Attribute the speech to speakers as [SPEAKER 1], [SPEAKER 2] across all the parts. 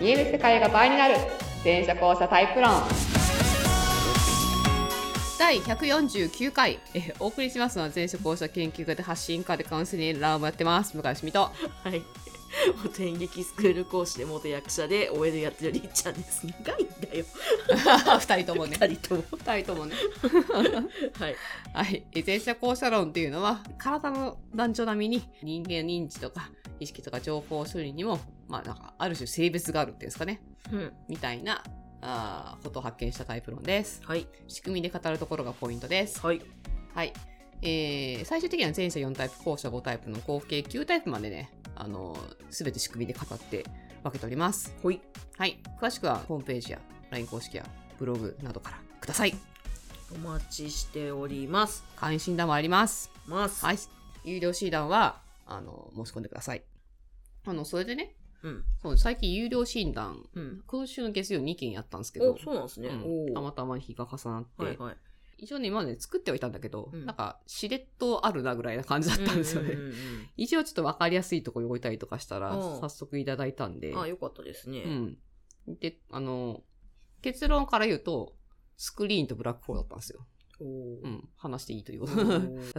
[SPEAKER 1] 見える世界が倍になる全車交差タイプ論第149回えーお送りしますのは全社交差研究家で発信家でカウンセリングラーもやってます向井しみ と
[SPEAKER 2] はい。元演劇スクール講師で元役者で OL やってるりっちゃんです。長いんだよ。
[SPEAKER 1] 2人ともね
[SPEAKER 2] 二人とも。
[SPEAKER 1] 2人ともね
[SPEAKER 2] はい。
[SPEAKER 1] はい。え前者後者論っていうのは、体の男女並みに人間認知とか意識とか情報処理にも、まあなんか、ある種性別があるっていうんですかね。
[SPEAKER 2] うん。
[SPEAKER 1] みたいな、あーことを発見したタイプ論です。
[SPEAKER 2] はい。
[SPEAKER 1] 仕組みで語るところがポイントです。
[SPEAKER 2] はい。
[SPEAKER 1] はい。えー最終的には前者4タイプ、後者5タイプの合計9タイプまでね、あのすべて仕組みで語って分けております。
[SPEAKER 2] ほい。
[SPEAKER 1] はい。詳しくはホームページや LINE 公式やブログなどからください。
[SPEAKER 2] お待ちしております。
[SPEAKER 1] 関心談もあります。
[SPEAKER 2] ます。
[SPEAKER 1] はい。有料診断は、あの、申し込んでください。あの、それでね、
[SPEAKER 2] うん。
[SPEAKER 1] そう最近有料診断、
[SPEAKER 2] うん。
[SPEAKER 1] 今週の月曜2件やったんですけど
[SPEAKER 2] お、、そうなんですね。
[SPEAKER 1] うんた
[SPEAKER 2] お
[SPEAKER 1] ま
[SPEAKER 2] お。
[SPEAKER 1] たま日が重なって、
[SPEAKER 2] はいはい。
[SPEAKER 1] 一応ね、今まで作ってはいたんだけど、
[SPEAKER 2] うん
[SPEAKER 1] なんか、しれっとあるなぐらいな感じだったんですよね。
[SPEAKER 2] うんうんうん
[SPEAKER 1] 一応ちょっと分かりやすいとこに置いたりとかしたら、
[SPEAKER 2] うん
[SPEAKER 1] 早速いただいたんで、
[SPEAKER 2] うんあ、よかったですね。
[SPEAKER 1] うん。で、あの、結論から言うと、スクリーンとブラックホールだったんですよ。
[SPEAKER 2] おお
[SPEAKER 1] う。ん、話していいというこ
[SPEAKER 2] お
[SPEAKER 1] と。
[SPEAKER 2] ー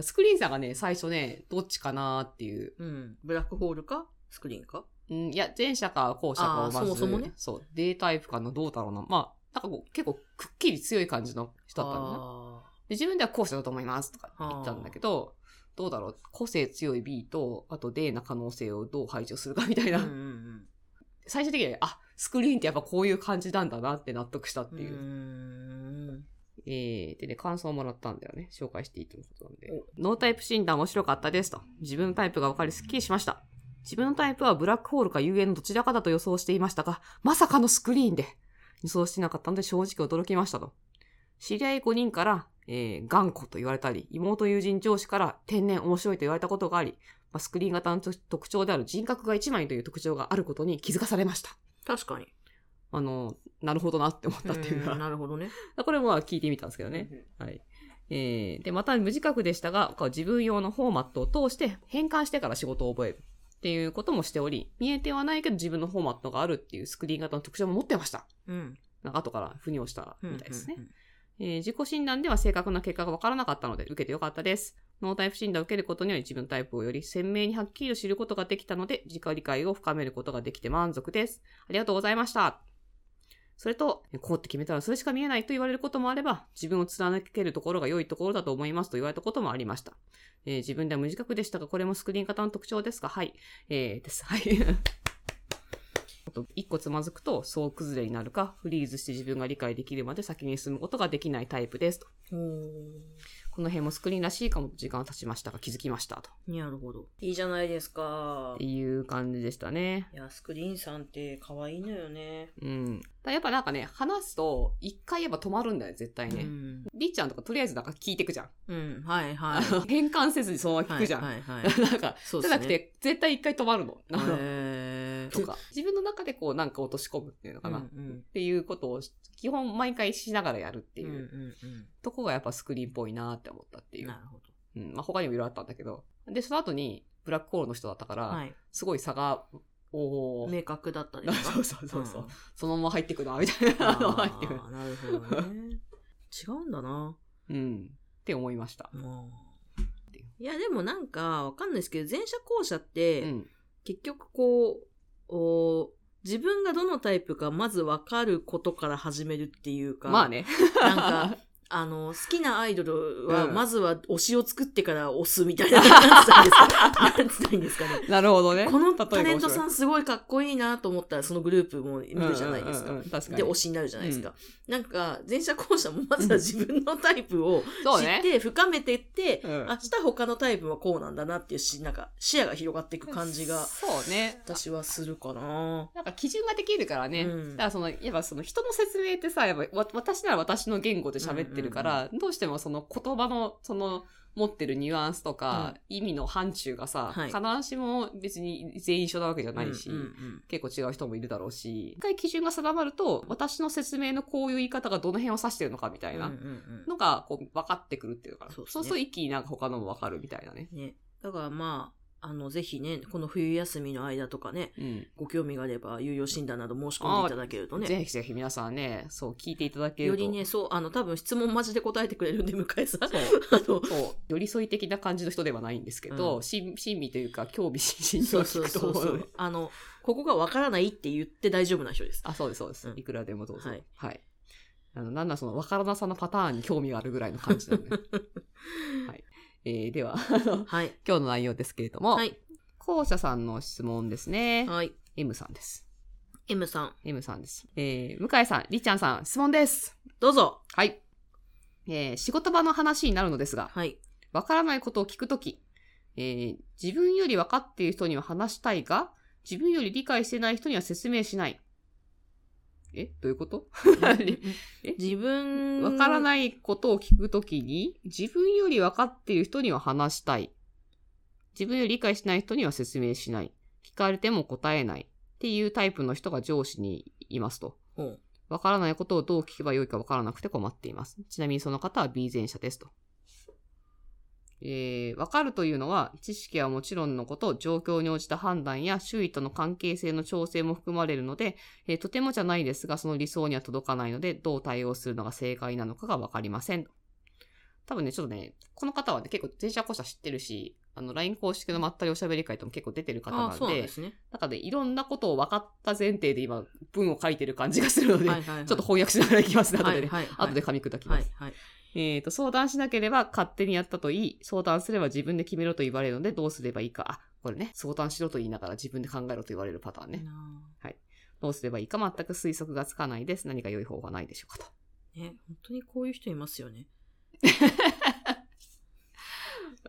[SPEAKER 1] スクリーンさんがね、最初ね、どっちかなーっていう
[SPEAKER 2] うん。ブラックホールかスクリーンか
[SPEAKER 1] うん、いや、前者か後者かを
[SPEAKER 2] あー
[SPEAKER 1] まず、
[SPEAKER 2] そもそもね
[SPEAKER 1] そう、データイプかのどうだろうな。まあ、なんかこう、結構くっきり強い感じの人だったのね。
[SPEAKER 2] あ
[SPEAKER 1] で、自分では後者だと思いますとか言ったんだけど、どうだろう個性強い B と、あと D な可能性をどう排除するかみたい
[SPEAKER 2] ー
[SPEAKER 1] な。
[SPEAKER 2] うんうん
[SPEAKER 1] 最終的には、あ、スクリーンってやっぱこういう感じなんだなって納得したっ
[SPEAKER 2] うん。
[SPEAKER 1] ていう。
[SPEAKER 2] う
[SPEAKER 1] えー、でね、感想をもらったんだよね。紹介していいということなんで
[SPEAKER 2] お。
[SPEAKER 1] ノータイプ診断面白かったですと。自分のタイプが分かりすっきりしました。自分のタイプはブラックホールか遊泳のどちらかだと予想していましたが、まさかのスクリーンで予想してなかったので正直驚きましたと。知り合い5人から、えー、頑固と言われたり、妹友人上司から天然面白いと言われたことがあり、まあ、スクリーン型の特徴である人格が1枚という特徴があることに気づかされました。
[SPEAKER 2] 確かに。
[SPEAKER 1] あの、なるほどなって思ったっていう
[SPEAKER 2] うん
[SPEAKER 1] か。
[SPEAKER 2] なるほどね。
[SPEAKER 1] これもまあ聞いてみたんですけどね。
[SPEAKER 2] うん
[SPEAKER 1] はい。えーで、また無自覚でしたが、こう自分用のフォーマットを通して変換してから仕事を覚えるっていうこともしており、見えてはないけど自分のフォーマットがあるっていうスクリーン型の特徴も持ってました。
[SPEAKER 2] うん。
[SPEAKER 1] なんか後から腑に落ちたみたいですね
[SPEAKER 2] うん。うん
[SPEAKER 1] えー自己診断では正確な結果が分からなかったので受けてよかったです。ノータイプ診断を受けることにより自分のタイプをより鮮明にはっきりと知ることができたので、自己理解を深めることができて満足です。ありがとうございました。それと、こうって決めたらそれしか見えないと言われることもあれば、自分を貫けるところが良いところだと思いますと言われたこともありました。えー自分では無自覚でしたが、これもスクリーン型の特徴ですかはい。えーです。はい。 あと一個つまずくと、総崩れになるか、フリーズして自分が理解できるまで先に進むことができないタイプですと。
[SPEAKER 2] おー
[SPEAKER 1] この辺もスクリーンらしいかもと時間が経ちましたが気づきましたと。
[SPEAKER 2] なるほど。いいじゃないですか
[SPEAKER 1] って。いう感じでしたね。
[SPEAKER 2] いや、スクリーンさんって可愛いのよね。
[SPEAKER 1] うん。ただやっぱなんかね、話すと、一回やっぱ止まるんだよ、絶対
[SPEAKER 2] う
[SPEAKER 1] ね。
[SPEAKER 2] ん。
[SPEAKER 1] りっちゃんとかとりあえずなんか聞いてくじゃん。
[SPEAKER 2] うん、はいは
[SPEAKER 1] あ
[SPEAKER 2] い。
[SPEAKER 1] の変換せずにそのまま聞くじゃん。
[SPEAKER 2] はいはいは い。
[SPEAKER 1] なんか、
[SPEAKER 2] そう
[SPEAKER 1] じ
[SPEAKER 2] で
[SPEAKER 1] ゃな
[SPEAKER 2] すね
[SPEAKER 1] くて、絶対一回止まるの。あの
[SPEAKER 2] へ ー
[SPEAKER 1] とか。自分の中でこうなんか落とし込むっていうのかな。
[SPEAKER 2] うんうん
[SPEAKER 1] っていうことを、基本毎回しながらやるって
[SPEAKER 2] う
[SPEAKER 1] い
[SPEAKER 2] ん
[SPEAKER 1] う。
[SPEAKER 2] うん
[SPEAKER 1] とこがやっぱスクリーンっぽいなって思ったって
[SPEAKER 2] う
[SPEAKER 1] い
[SPEAKER 2] ん。な
[SPEAKER 1] う。
[SPEAKER 2] るほど。
[SPEAKER 1] うん。まあ、他にもいろいろあったんだけど。で、その後に、ブラックホールの人だったから、
[SPEAKER 2] はい。
[SPEAKER 1] すごい差が、おお、
[SPEAKER 2] 明確だったです か
[SPEAKER 1] そうそうそうそう。
[SPEAKER 2] ん
[SPEAKER 1] そのまま入ってくな、みたいなのが入ってくる
[SPEAKER 2] あ。ーなるほどね。違うんだな。
[SPEAKER 1] うん。って思いました。
[SPEAKER 2] もう。いや、でもなんか、わかんないですけど、前者後者っ
[SPEAKER 1] う
[SPEAKER 2] て、
[SPEAKER 1] ん。
[SPEAKER 2] 結局こう、お自分がどのタイプかまずわかることから始めるっていうか、
[SPEAKER 1] まあね。
[SPEAKER 2] なん か、あの、好きなアイドルは、
[SPEAKER 1] うん
[SPEAKER 2] まずは推しを作ってから推すみたいな、 なんつったんですかなんつったらいいんですかね。
[SPEAKER 1] なるほどね。
[SPEAKER 2] このタレントさ
[SPEAKER 1] ん
[SPEAKER 2] んすごいかっこいいなと思ったら、そのグループも見るじゃないですか。
[SPEAKER 1] うんうんうん確かに。
[SPEAKER 2] で、推しになるじゃないですか。なんか、前者後者もまずは自分のタイプを
[SPEAKER 1] そう
[SPEAKER 2] 知っ
[SPEAKER 1] ね。
[SPEAKER 2] て、深めていって、
[SPEAKER 1] うん
[SPEAKER 2] 明日他のタイプはこうなんだなっていうし、なんか、視野が広がっていく感じが、
[SPEAKER 1] そうね。
[SPEAKER 2] 私はするかな
[SPEAKER 1] なんか基準ができるからね。
[SPEAKER 2] うん
[SPEAKER 1] だからその、やっぱその人の説明ってさ、やっぱわ私なら私の言語で喋ってるから、どうしてもその言葉の、その、持ってるニュアンスとか、意味の範疇がさ、
[SPEAKER 2] はい
[SPEAKER 1] 必ずしも別に全員一緒なわけじゃないし、
[SPEAKER 2] うんうん
[SPEAKER 1] 結構違う人もいるだろうし、一回基準が定まると、私の説明のこういう言い方がどの辺を指してるのかみた
[SPEAKER 2] うん
[SPEAKER 1] い
[SPEAKER 2] うん
[SPEAKER 1] な
[SPEAKER 2] う
[SPEAKER 1] んのが、こう、分かってくるっていうのかな。
[SPEAKER 2] そうっすね
[SPEAKER 1] そうすると一気になんか他のも分かるみたいなね。
[SPEAKER 2] ね。だからまあ、あの、ぜひね、この冬休みの間とかね、
[SPEAKER 1] うん。
[SPEAKER 2] ご興味があれば、有料診断など申し込んでいただけるとね、
[SPEAKER 1] ぜひぜひ皆さんね、そう聞いていただける
[SPEAKER 2] よ
[SPEAKER 1] と。
[SPEAKER 2] りね、そう、あの、多分質問マジで答えてくれるんで、向井 さん。あ
[SPEAKER 1] そう。
[SPEAKER 2] の、
[SPEAKER 1] そう寄り添い的な感じの人ではないんですけど、
[SPEAKER 2] うん
[SPEAKER 1] 親親身というか興味津
[SPEAKER 2] そ
[SPEAKER 1] 々
[SPEAKER 2] う
[SPEAKER 1] と
[SPEAKER 2] そ
[SPEAKER 1] は
[SPEAKER 2] う
[SPEAKER 1] 聞くと思う
[SPEAKER 2] そうそ
[SPEAKER 1] ので
[SPEAKER 2] う。あの、ここがわからないって言って大丈夫な人です。
[SPEAKER 1] あ、そうです、そうです。
[SPEAKER 2] うん
[SPEAKER 1] いくらでもどうぞ。
[SPEAKER 2] は
[SPEAKER 1] はいい。あの、なんならその、わからなさのパターンに興味があるぐらいの感じなの で。はい。えーでは、 あの
[SPEAKER 2] はい。
[SPEAKER 1] 今日の内容ですけれども、
[SPEAKER 2] はい。
[SPEAKER 1] 校舎さんの質問ですね。
[SPEAKER 2] はい。
[SPEAKER 1] M さんです。
[SPEAKER 2] M さん、
[SPEAKER 1] M さんです。えー、向井さん、りっちゃんさん、質問です。
[SPEAKER 2] どうぞ。
[SPEAKER 1] はい。えー仕事場の話になるのですが、
[SPEAKER 2] はい。
[SPEAKER 1] わからないことを聞くとき、えー自分より分かっている人には話したいが、自分より理解してない人には説明しない。えどういうこと え
[SPEAKER 2] 自分、
[SPEAKER 1] わから
[SPEAKER 2] い。
[SPEAKER 1] ないことを聞くときに、自分より分かっている人には話したい。自分より理解しない人には説明しない。聞かれても答えない。っていうタイプの人が上司にいますと。
[SPEAKER 2] うん
[SPEAKER 1] わからないことをどう聞けばよいかわからなくて困っています。ちなみにその方は B 前者ですと。えー、わかるというのは、知識はもちろんのこと、状況に応じた判断や周囲との関係性の調整も含まれるので、えーとてもじゃないですが、その理想には届かないので、どう対応するのが正解なのかがわかりません。多分ね、ちょっとね、この方はね、結構前者後者知ってるし、あの、LINE 公式のまったりおしゃべり会とも結構出てる方な
[SPEAKER 2] あ
[SPEAKER 1] ん
[SPEAKER 2] あ、
[SPEAKER 1] で、
[SPEAKER 2] そうなんですね。
[SPEAKER 1] なんかね、いろんなことを分かった前提で今、文を書いてる感じがするので、
[SPEAKER 2] はいはいはい。
[SPEAKER 1] ちょっと翻訳しながらいきますね、後でね。
[SPEAKER 2] はいはいはい
[SPEAKER 1] 後で噛み砕きま
[SPEAKER 2] は
[SPEAKER 1] す。
[SPEAKER 2] いはい。
[SPEAKER 1] えっ、と、相談しなければ勝手にやったといい、相談すれば自分で決めろと言われるので、どうすればいいか。あ、これね、相談しろと言いながら自分で考えろと言われるパターンね。
[SPEAKER 2] な
[SPEAKER 1] どうすればいいか全く推測がつかないです。何か良い方法はないでしょうかと。
[SPEAKER 2] あね、本当にこういう人いますよね。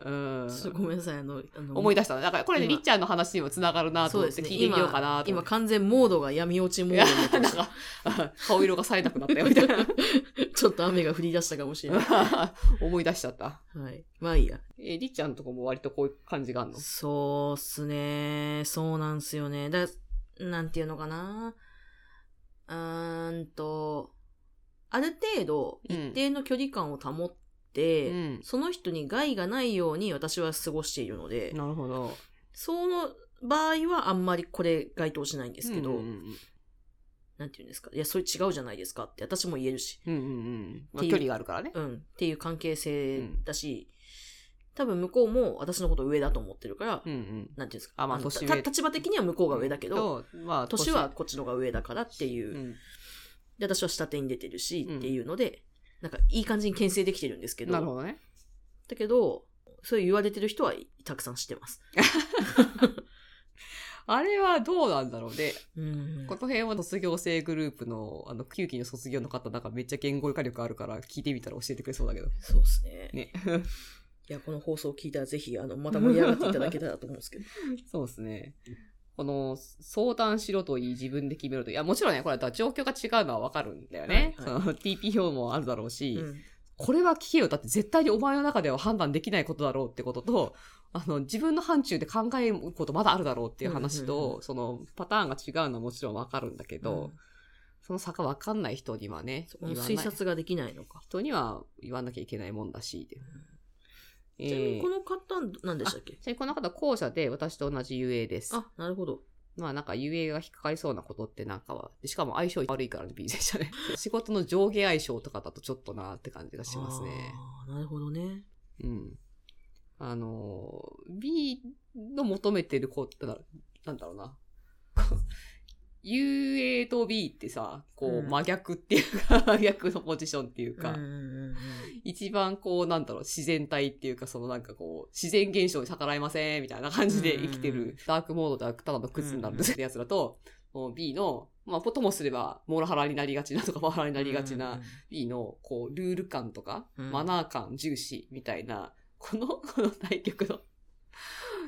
[SPEAKER 1] うーん
[SPEAKER 2] ちょっとごめんなさい、あの、あの
[SPEAKER 1] 思い出したの。だからこれね、
[SPEAKER 2] 今
[SPEAKER 1] りっちゃんの話にもつながるなと
[SPEAKER 2] そう
[SPEAKER 1] 思って
[SPEAKER 2] です
[SPEAKER 1] 聞
[SPEAKER 2] ね。
[SPEAKER 1] いてみようかな
[SPEAKER 2] 今、
[SPEAKER 1] と思
[SPEAKER 2] 今
[SPEAKER 1] って。
[SPEAKER 2] 完全モードが闇落ちモー
[SPEAKER 1] い
[SPEAKER 2] ド
[SPEAKER 1] や
[SPEAKER 2] になってま
[SPEAKER 1] な
[SPEAKER 2] し
[SPEAKER 1] ん
[SPEAKER 2] た
[SPEAKER 1] か、あ顔色が冴えなくなったよ、みたいな。
[SPEAKER 2] ちょっと雨が降り出したかもしれない。
[SPEAKER 1] 思い出しちゃった。
[SPEAKER 2] はい。まあいいや。
[SPEAKER 1] えーりっちゃんとこも割とこういう感じがあるの
[SPEAKER 2] そうっすね。そうなんすよね。だ、なんていうのかな。うーんと、ある程度、
[SPEAKER 1] うん
[SPEAKER 2] 一定の距離感を保って、
[SPEAKER 1] うん
[SPEAKER 2] その人に害がないように私は過ごしているので、
[SPEAKER 1] なるほど。
[SPEAKER 2] その場合はあんまりこれ該当しないんで
[SPEAKER 1] です
[SPEAKER 2] けど、なんていうんですか。いや、それ違うじゃないですかって私も言えるし、
[SPEAKER 1] うんうんうん。ま
[SPEAKER 2] っ
[SPEAKER 1] あ、
[SPEAKER 2] ていう
[SPEAKER 1] 距離があるからね。
[SPEAKER 2] うん、っていう関係性だし、多分向こうも私のこと上だと思ってるから、
[SPEAKER 1] うんうん。
[SPEAKER 2] なんていうんですか。
[SPEAKER 1] あまあ
[SPEAKER 2] の
[SPEAKER 1] 年上
[SPEAKER 2] た立場的には向こうが上だけど、
[SPEAKER 1] と、まあ、
[SPEAKER 2] 年は、こっちの方が上だからっていうう、
[SPEAKER 1] ん、
[SPEAKER 2] で私は下手に出てるし
[SPEAKER 1] うん
[SPEAKER 2] っていうので、なんかいい感じに牽制できてるんですけど
[SPEAKER 1] なるほどね。
[SPEAKER 2] だけどそう言われてる人はいたくさん知ってます。
[SPEAKER 1] あれはどうなんだろうね。
[SPEAKER 2] うん
[SPEAKER 1] この辺は卒業生グループの、あの、9期の卒業の方なんかめっちゃ言語化力あるから聞いてみたら教えてくれそうだけ ど。
[SPEAKER 2] そうですね。
[SPEAKER 1] ね。
[SPEAKER 2] いやこの放送を聞いたらぜひあのまた盛り上がっていただけたらと思うんです けど。
[SPEAKER 1] そうですね。この、相談しろといい、自分で決めろといい。いや、もちろんね、これは状況が違うのはわかるんだよね。
[SPEAKER 2] はい
[SPEAKER 1] そ
[SPEAKER 2] は
[SPEAKER 1] の TPO もあるだろうし、
[SPEAKER 2] うん
[SPEAKER 1] これは聞けよ。だって絶対にお前の中では判断できないことだろうってことと、あの、自分の範疇で考えることまだあるだろうっていう話と、
[SPEAKER 2] うんうんう
[SPEAKER 1] その、パターンが違うのはもちろんわかるんだけど、その差がわかんない人にはね、
[SPEAKER 2] そこの
[SPEAKER 1] 言わない
[SPEAKER 2] 推察ができないのか。
[SPEAKER 1] 人には言わなきゃいけないもんだし、っていう。え
[SPEAKER 2] ちなみに
[SPEAKER 1] ー
[SPEAKER 2] この方なんでしたっけ
[SPEAKER 1] ちなみにこの方、後者で私と同じ UA です。
[SPEAKER 2] あなるほど。
[SPEAKER 1] まあなんか UA が引っかかりそうなことってなんかは、しかも相性悪いからね、B 前者ね。仕事の上下相性とかだとちょっとなーって感じがしますね。
[SPEAKER 2] あーなるほどね。
[SPEAKER 1] うん。あのー、B の求めてる子ってな、なんだろうな。 こう UA と B ってさ、こう
[SPEAKER 2] うん
[SPEAKER 1] 真逆っていうか、真逆のポジションっていうか、
[SPEAKER 2] うんうんうんうん
[SPEAKER 1] 一番こうなんだろう、自然体っていうか、そのなんかこう、自然現象に逆らいません、みたいな感じで生きて
[SPEAKER 2] うんうんう
[SPEAKER 1] る、ダークモードでただのクズになるってやつらと、もう B の、まあ、ともすれば、モラハラになりがちなとか、パワハラになりがちな、B のこうルール感とか、
[SPEAKER 2] うん
[SPEAKER 1] マナー感重視みたいなこの この対局の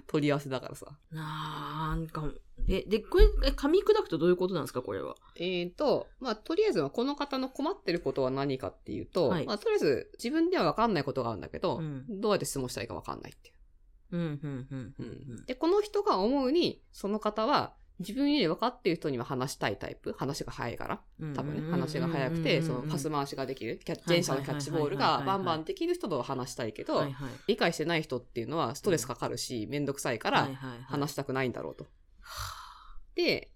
[SPEAKER 1] 取り合わせだからさ。
[SPEAKER 2] なんか、え、で、これ、え噛み砕くとどういうことなんですか、これは。
[SPEAKER 1] えー、と、まあ、とりあえずはこの方の困ってることは何かっていうと、
[SPEAKER 2] はい
[SPEAKER 1] まあ、とりあえず自分では分かんないことがあるんだけど、
[SPEAKER 2] うん
[SPEAKER 1] どうやって質問したらいいか分かんないっていう。
[SPEAKER 2] うん、うん、うん。
[SPEAKER 1] うんで、この人が思うに、その方は自分より分かっている人には話したいタイプ。話が早いから。多分ね、話が早くて、そのパス
[SPEAKER 2] マ
[SPEAKER 1] 回しができる。キャッチ、
[SPEAKER 2] はいはいはいは
[SPEAKER 1] 前者
[SPEAKER 2] い
[SPEAKER 1] のキャッチボールがバンバンできる人と話したいけど
[SPEAKER 2] はい、はい
[SPEAKER 1] 理解してない人っていうのはストレスかかるし、めんどくさいから
[SPEAKER 2] はい、はいはい
[SPEAKER 1] 話したくないんだろうと。で、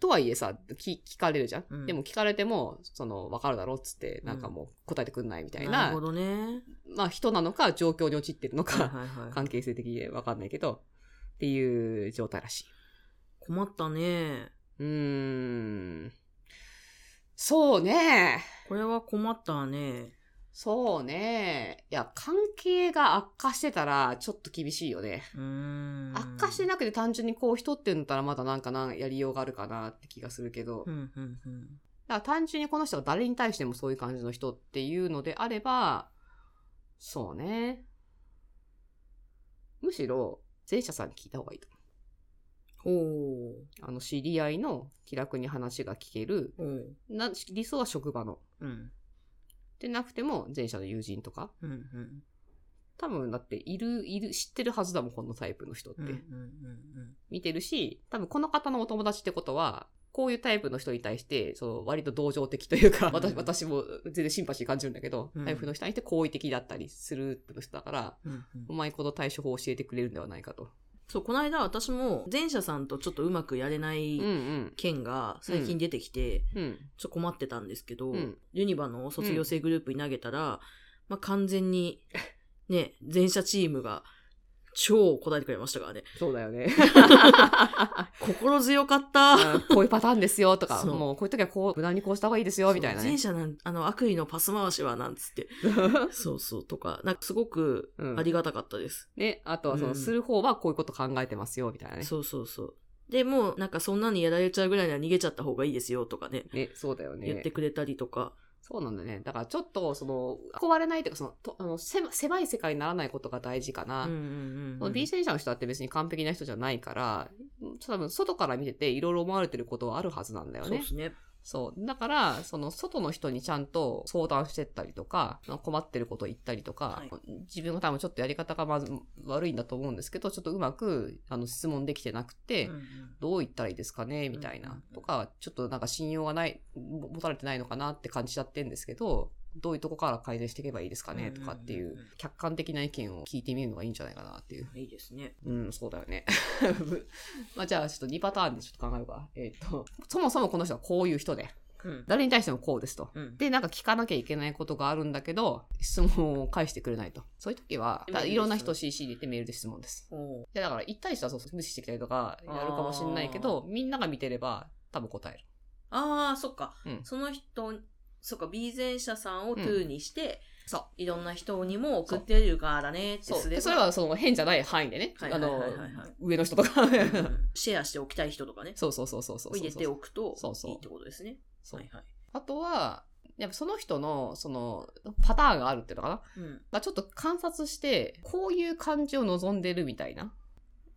[SPEAKER 1] とはいえさ、聞聞かれるじゃん。
[SPEAKER 2] うん
[SPEAKER 1] でも聞かれても、その、わかるだろうっつって、なんかもう答えてくんないみたい
[SPEAKER 2] な
[SPEAKER 1] な、
[SPEAKER 2] るほどね。
[SPEAKER 1] まあ人なのか、状況に陥ってるの
[SPEAKER 2] はい
[SPEAKER 1] か、
[SPEAKER 2] はいはい
[SPEAKER 1] 関係性的にわかんないけど、っていう状態らしい。
[SPEAKER 2] 困ったね。
[SPEAKER 1] うーん。そうね。
[SPEAKER 2] これは困ったね。
[SPEAKER 1] そうね。いや、関係が悪化してたら、ちょっと厳しいよね。
[SPEAKER 2] うーん。
[SPEAKER 1] 悪化してなくて単純にこう人ってんだったらまだなんかな、やりようがあるかなって気がするけど。
[SPEAKER 2] うんうんうん。
[SPEAKER 1] だから単純にこの人が誰に対してもそういう感じの人っていうのであれば、そうね。むしろ、前者さんに聞いた方がいいと思
[SPEAKER 2] ほう。
[SPEAKER 1] う。あの、知り合いの気楽に話が聞ける。
[SPEAKER 2] ほう。
[SPEAKER 1] な理想は職場の。
[SPEAKER 2] うん。
[SPEAKER 1] でなくても、前者の友人とか。
[SPEAKER 2] うんうん。
[SPEAKER 1] 多分、だって、いる、いる、知ってるはずだもん、このタイプの人って。
[SPEAKER 2] うんうんうん
[SPEAKER 1] 見てるし、多分この方のお友達ってことは、こういうタイプの人に対して、そう、割と同情的というか、
[SPEAKER 2] うん
[SPEAKER 1] 私、私も全然シンパシー感じるんだけど、
[SPEAKER 2] うん
[SPEAKER 1] タイプの人に対して好意的だったりする人だから、
[SPEAKER 2] うんうんうん
[SPEAKER 1] うまいこと対処法を教えてくれるんではないかと。
[SPEAKER 2] そう、この間私も前者さんとちょっとうまくやれない
[SPEAKER 1] うんうん。
[SPEAKER 2] 件が最近出てきて、
[SPEAKER 1] うん。
[SPEAKER 2] ちょっと困ってたんですけど、
[SPEAKER 1] うん
[SPEAKER 2] ユニバの卒業生グループに投げたら、まあ完全に、ね、前者チームが超答えてくれましたからね。
[SPEAKER 1] そうだよ ね。
[SPEAKER 2] 心強かった。
[SPEAKER 1] うんこういうパターンですよとか、
[SPEAKER 2] そう
[SPEAKER 1] もうこういう時はこう、無難にこうした方がいいですよ、みたいな
[SPEAKER 2] そう
[SPEAKER 1] ね
[SPEAKER 2] 前。者なん、あの、悪意のパス回しはなんつって。そうそう、とか、なんかすごく
[SPEAKER 1] うん
[SPEAKER 2] ありがたかったです。
[SPEAKER 1] ね、あとはそうの、
[SPEAKER 2] ん
[SPEAKER 1] する方はこういうこと考えてますよ、みたいなね。
[SPEAKER 2] そうそうそう。でもう、なんかそんなにやられちゃうぐらいなら逃げちゃった方がいいですよとかね、
[SPEAKER 1] ね、そうだよね。
[SPEAKER 2] 言ってくれたりとか。
[SPEAKER 1] そうなんだね。だからちょっと、その、壊れないというか、その、とあの狭狭い世界にならないことが大事かな。
[SPEAKER 2] うんうんうん
[SPEAKER 1] その B 戦者の人だって別に完璧な人じゃないから、多分外から見てていろいろ思われてることはあるはずなんだよ
[SPEAKER 2] そうで
[SPEAKER 1] ね。
[SPEAKER 2] すね。
[SPEAKER 1] そう。だから、その外の人にちゃんと相談してったりとか、困ってること言ったりとか、
[SPEAKER 2] はい
[SPEAKER 1] 自分が多分ちょっとやり方がまず悪いんだと思うんですけど、ちょっとうまくあの質問できてなくて、
[SPEAKER 2] うんうん
[SPEAKER 1] どう言ったらいいですかねみたい
[SPEAKER 2] うんうん
[SPEAKER 1] な
[SPEAKER 2] う。ん
[SPEAKER 1] とか、ちょっとなんか信用がない、も持たれてないのかなって感じちゃってんですけど、どういうとこから改善していけばいいですかね
[SPEAKER 2] うんうん
[SPEAKER 1] と
[SPEAKER 2] うん
[SPEAKER 1] かっていう、客観的な意見を聞いてみるのがいいんじゃないかなっていう。
[SPEAKER 2] いいですね。
[SPEAKER 1] うん、そうだよね。 まあじゃあちょっと2パターンでちょっと考えようか。えっ、と、そもそもこの人はこういう人で、
[SPEAKER 2] うん。
[SPEAKER 1] 誰に対してもこうですと。
[SPEAKER 2] うん。
[SPEAKER 1] で、なんか聞かなきゃいけないことがあるんだけど、質問を返してくれないと。そういう時は、だいろんな人を CC に入れてメールで質問です。
[SPEAKER 2] おう
[SPEAKER 1] いやだから一対一はそうそう無視してきたりとかやるかもしれないけど、みんなが見てれば多分答える。
[SPEAKER 2] ああ、そっか。
[SPEAKER 1] うん
[SPEAKER 2] その人、そっか、B 前者さんを to にして、
[SPEAKER 1] そう。
[SPEAKER 2] いろんな人にも送ってるからねって
[SPEAKER 1] そう。
[SPEAKER 2] すれ
[SPEAKER 1] で
[SPEAKER 2] ば
[SPEAKER 1] それはその変じゃない範囲でね。
[SPEAKER 2] はい
[SPEAKER 1] あ
[SPEAKER 2] はいはい
[SPEAKER 1] の
[SPEAKER 2] はいはい、
[SPEAKER 1] 上の人とか。
[SPEAKER 2] うんシェアしておきたい人とかね、
[SPEAKER 1] そうそうそうそうそう
[SPEAKER 2] を入れておくと
[SPEAKER 1] そうそう
[SPEAKER 2] いいってことですね。
[SPEAKER 1] そう
[SPEAKER 2] はいはい。
[SPEAKER 1] あとは、やっぱその人の、その、パターンがあるっていうのかな。
[SPEAKER 2] うん。
[SPEAKER 1] まあちょっと観察して、こういう感じを望んでるみたいな。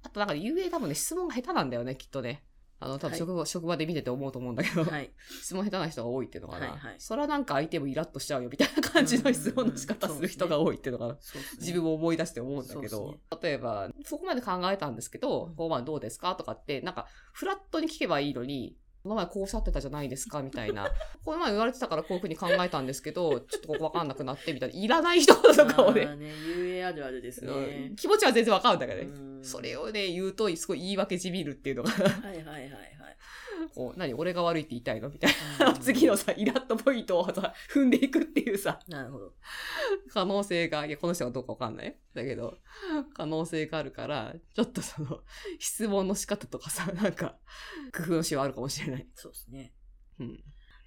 [SPEAKER 1] あと、なんか、ゆえ多分ね、質問が下手なんだよね、きっとね。あの、多分職場、職場で見てて思うと思うんだけど、
[SPEAKER 2] はい。
[SPEAKER 1] 質問下手な人が多いっていうのかな。
[SPEAKER 2] はいはい
[SPEAKER 1] それはなんか相手もイラッとしちゃうよ、みたいな感じの質問の仕方
[SPEAKER 2] うんうんうん
[SPEAKER 1] する人が多いっていうのかな。
[SPEAKER 2] そうですね
[SPEAKER 1] 自分も思い出して思うんだけ
[SPEAKER 2] そう
[SPEAKER 1] ど、例えば、そこまで考えたんですけど、この前どうですかとかって、なんか、フラットに聞けばいいのに、この前こうおっしゃってたじゃないですかみたいな。 この前言われてたからこういうふうに考えたんですけど、ちょっとここわかんなくなってみたいな。いらない人とかを
[SPEAKER 2] あ
[SPEAKER 1] ね
[SPEAKER 2] ー、ね、UA あるあるです
[SPEAKER 1] うん
[SPEAKER 2] ね。
[SPEAKER 1] 気持ちは全然わかるんだけどね。
[SPEAKER 2] うん
[SPEAKER 1] それ。をね、言うと、すごい言い訳じみるっていうのが、
[SPEAKER 2] はいはいはい
[SPEAKER 1] こう、何、俺が悪いって言いたいのみたい
[SPEAKER 2] はい
[SPEAKER 1] な。。 次の
[SPEAKER 2] うん。
[SPEAKER 1] さ、イラッとポイントをさ、踏んでいくっていうさ。
[SPEAKER 2] なるほど。
[SPEAKER 1] 可能性が、いや、この人がどうかわかんないだけど、可能性があるから、ちょっとその、 質問の仕方とかさ、なんか、工夫のしようあるかもしれない。
[SPEAKER 2] そうですね。
[SPEAKER 1] うん。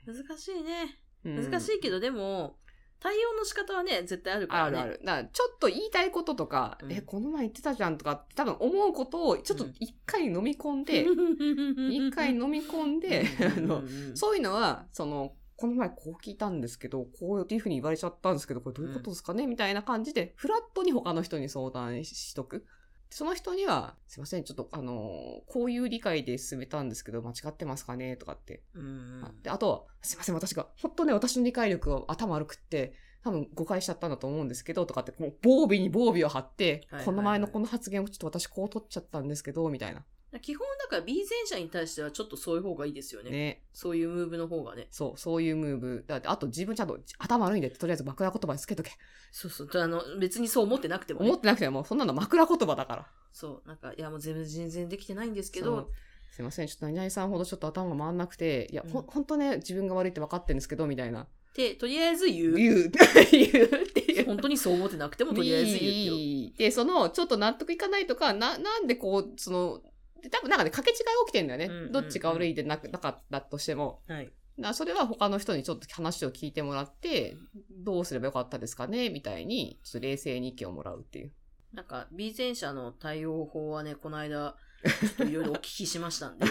[SPEAKER 2] 難しいね。
[SPEAKER 1] うん
[SPEAKER 2] 難しいけど、でも、対応の仕方はね、絶対あるから
[SPEAKER 1] あ
[SPEAKER 2] ね。
[SPEAKER 1] るある。だからちょっと言いたいこととか、
[SPEAKER 2] うん
[SPEAKER 1] え、この前言ってたじゃんとかって多分思うことを、ちょっと一回飲み込んで、 一、回飲み込んで、 あ
[SPEAKER 2] うんうんうん
[SPEAKER 1] の、そういうのは、その、この前こう聞いたんですけど、こういうふうに言われちゃったんですけど、これどういうことですかね、みたいな感じで、フラットに他の人に相談ししとく。その人には、すいません、ちょっとあの、こういう理解で進めたんですけど、間違ってますかねとかって。
[SPEAKER 2] うんうん
[SPEAKER 1] あであと、すいません、私が、ほんとね、私の理解力が頭悪くって、多分誤解しちゃったんだと思うんですけど、とかって、もう防備に防備を張って、
[SPEAKER 2] はいはいはい
[SPEAKER 1] この前のこの発言をちょっと私こう取っちゃったんですけど、みたいな。
[SPEAKER 2] 基本だから B 前者に対してはちょっとそういう方がいいですよね。
[SPEAKER 1] ね。
[SPEAKER 2] そういうムーブの方がね。
[SPEAKER 1] そう、そういうムーブ。だって、あと自分ちゃんと頭悪いんでって、とりあえず枕言葉につけとけ。
[SPEAKER 2] そうそう。あの、別にそう思ってなくても、ね。
[SPEAKER 1] 思ってなくても、そんなの枕言葉だから。
[SPEAKER 2] そう。なんか、いや、もう全然できてないんですけ
[SPEAKER 1] そう
[SPEAKER 2] ど、
[SPEAKER 1] すいません、ちょっと何々さんほどちょっと頭が回んなくて、いや、ほ
[SPEAKER 2] うん
[SPEAKER 1] ほんとね、自分が悪いって分かってるんですけど、みたいな。
[SPEAKER 2] で、とりあえず言う。
[SPEAKER 1] 言う、 言うっていう。
[SPEAKER 2] 本当にそう思ってなくても、とりあえず言うっていう。
[SPEAKER 1] で、その、ちょっと納得いかないとか、な、なんでこう、その、で多分なんかね、掛け違い起きてんだよね。
[SPEAKER 2] うんうんうん
[SPEAKER 1] どっちが悪いでなくなかったとしても。
[SPEAKER 2] はい。
[SPEAKER 1] なそれは他の人にちょっと話を聞いてもらって、どうすればよかったですかねみたいに、ちょっと冷静に意見をもらうっていう。
[SPEAKER 2] なんか、B 前者の対応法はね、この間、ちょっといろいろお聞きしました んで、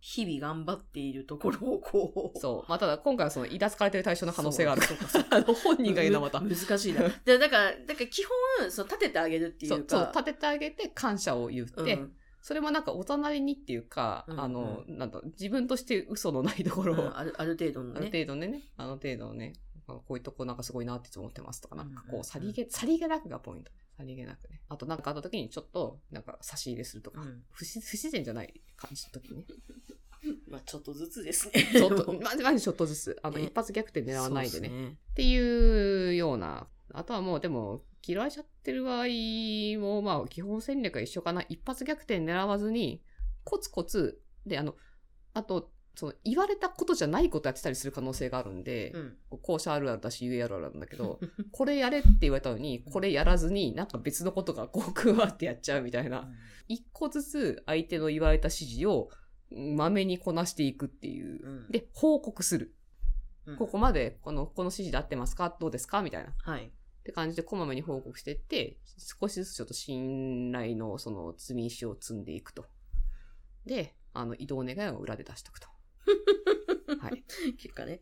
[SPEAKER 2] 日々頑張っているところをこう。
[SPEAKER 1] そう。まあ、ただ、今回はその、いだつかれてる対象の可能性がある。
[SPEAKER 2] そうそうかそう か
[SPEAKER 1] あの、本人が言うのはまた。
[SPEAKER 2] む難しいな。で、だから、だから基本、そう、立ててあげるってい
[SPEAKER 1] そうう、
[SPEAKER 2] か。
[SPEAKER 1] そう、立ててあげて感謝を言って、
[SPEAKER 2] うん
[SPEAKER 1] それもなんかお隣にっていうか、
[SPEAKER 2] うん
[SPEAKER 1] あの、なんだ、自分として嘘のないところを、
[SPEAKER 2] うんあるある程度の
[SPEAKER 1] ある
[SPEAKER 2] ね。
[SPEAKER 1] 程度ねね、あの程度のね、あこういうとこなんかすごいなっていつも思ってますとか、なんか
[SPEAKER 2] うんうん
[SPEAKER 1] こ
[SPEAKER 2] う
[SPEAKER 1] う、
[SPEAKER 2] ん
[SPEAKER 1] さりげ、さりげなくがポイントね。さりげなくね。あとなんかあった時にちょっと、なんか差し入れするとか、
[SPEAKER 2] うん
[SPEAKER 1] 不自不自然じゃない感じの時 にね。
[SPEAKER 2] まあ、ちょっとずつですね。
[SPEAKER 1] ちょっと、 まず、まずちょっとずつ、あの、
[SPEAKER 2] ね
[SPEAKER 1] 一発逆転狙わないでね。
[SPEAKER 2] そうっす
[SPEAKER 1] っていうような。あとはもうでも、嫌われちゃってる場合も、まあ基本戦略は一緒かな。一発逆転狙わずに、コツコツ、で、あの、あと、その言われたことじゃないことやってたりする可能性があるんで、
[SPEAKER 2] うん。
[SPEAKER 1] 校舎あるあるだし、UA あるあるなんだけど、これやれって言われたのに、これやらずに、なんか別のことがこう、くわってやっちゃうみたいな。一個ずつ相手の言われた指示を、まめにこなしていくっていう。
[SPEAKER 2] うん、
[SPEAKER 1] で、報告する。
[SPEAKER 2] うん
[SPEAKER 1] ここまで、この、この指示で合ってますかどうですかみたいな。っ
[SPEAKER 2] はい。
[SPEAKER 1] て感じで、こまめに報告していって、少しずつちょっと信頼の、その、積み石を積んでいくと。で、あの、移動願いを裏で出しとくと。はい。
[SPEAKER 2] 結果ね、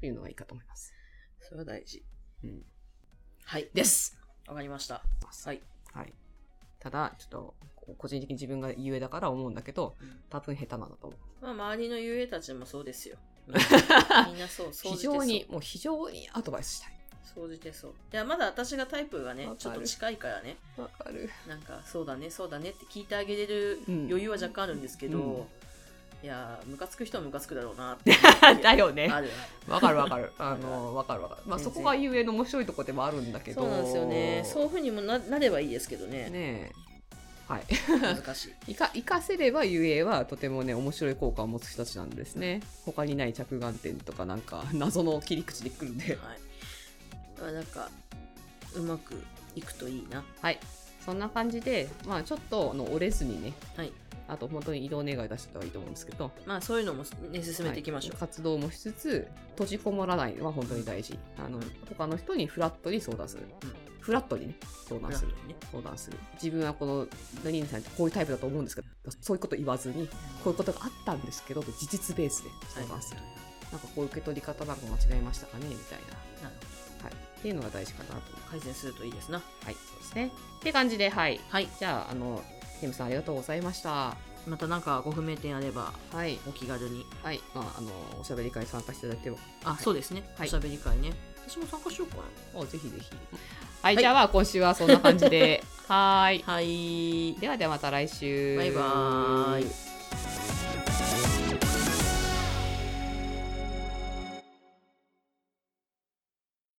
[SPEAKER 1] というのがいいかと思います。
[SPEAKER 2] それは大事。
[SPEAKER 1] うん
[SPEAKER 2] はい。
[SPEAKER 1] です
[SPEAKER 2] わかりました。はい。
[SPEAKER 1] はい。ただ、ちょっと、こう個人的に自分がゆえだから思うんだけど、多分下手なんだと思う。
[SPEAKER 2] まあ、周りの遊泳たちもそうです よ。みんなそう、そう
[SPEAKER 1] 非
[SPEAKER 2] じてそう
[SPEAKER 1] 常に、もう非常にアドバイスしたい。
[SPEAKER 2] 総じてそう。いや、まだ私がタイプがね
[SPEAKER 1] わか、る
[SPEAKER 2] ちょっと近いからね、
[SPEAKER 1] わかる。
[SPEAKER 2] なんか、そうだね、そうだねって聞いてあげれる
[SPEAKER 1] うん
[SPEAKER 2] 余裕は若干あるんですけど、
[SPEAKER 1] うん
[SPEAKER 2] いやー、ムカつく人はムカつく だろうな って。
[SPEAKER 1] だよね
[SPEAKER 2] ある。
[SPEAKER 1] わかるわかる。あの、わかるわかる。まあ、そ
[SPEAKER 2] 全然
[SPEAKER 1] こがゆえの面白いとこでもあるんだけど。
[SPEAKER 2] そうなんですよね。そういうふうにもななればいいですけど
[SPEAKER 1] ね
[SPEAKER 2] ね。
[SPEAKER 1] え。はい。
[SPEAKER 2] 難し い。
[SPEAKER 1] いか、活かせればゆえは、とてもね、面白い効果を持つ人たちなんですね。他にない着眼点とか、なんか、 謎の切り口で来るんで。
[SPEAKER 2] はい。まあ、なんか、うまくいくといいな。
[SPEAKER 1] はい。そんな感じで、まあ、ちょっと、あの、折れずにね、
[SPEAKER 2] はい。
[SPEAKER 1] あと、本当に移動願い出してたらいいと思うんですけど、
[SPEAKER 2] まあ、そういうのもね、進めていきましょう
[SPEAKER 1] は。活動もしつつ、閉じこもらないのは本当に大事。あの、他の人にフラットに相談する。
[SPEAKER 2] うん
[SPEAKER 1] フラットにね、相談する。
[SPEAKER 2] ね。
[SPEAKER 1] 相談する自分はこの何々さんってこういうタイプだと思うんですけどそういうこと言わずにこういうことがあったんですけど事実ベースで相談する、なんかこういう受け取り方なんか間違えましたかねみたい
[SPEAKER 2] なるほ
[SPEAKER 1] な、はい、っていうのが大事かなと思いま
[SPEAKER 2] ど改善するといいですな。
[SPEAKER 1] すはいそうですねって感じではい
[SPEAKER 2] はい。
[SPEAKER 1] じゃああのケムさんありがとうございました
[SPEAKER 2] またなんかご不明点あれば、
[SPEAKER 1] はい
[SPEAKER 2] お気軽に。
[SPEAKER 1] はいまああのおしゃべり会参加していただければ
[SPEAKER 2] あ、そうですね。
[SPEAKER 1] はい
[SPEAKER 2] おしゃべり会ね。私も参加しようかな。
[SPEAKER 1] おぜひぜひはい、
[SPEAKER 2] はい
[SPEAKER 1] じゃあまあ今週はそんな感じ ではーい
[SPEAKER 2] はい。
[SPEAKER 1] ではではまた来週
[SPEAKER 2] バイバーイ。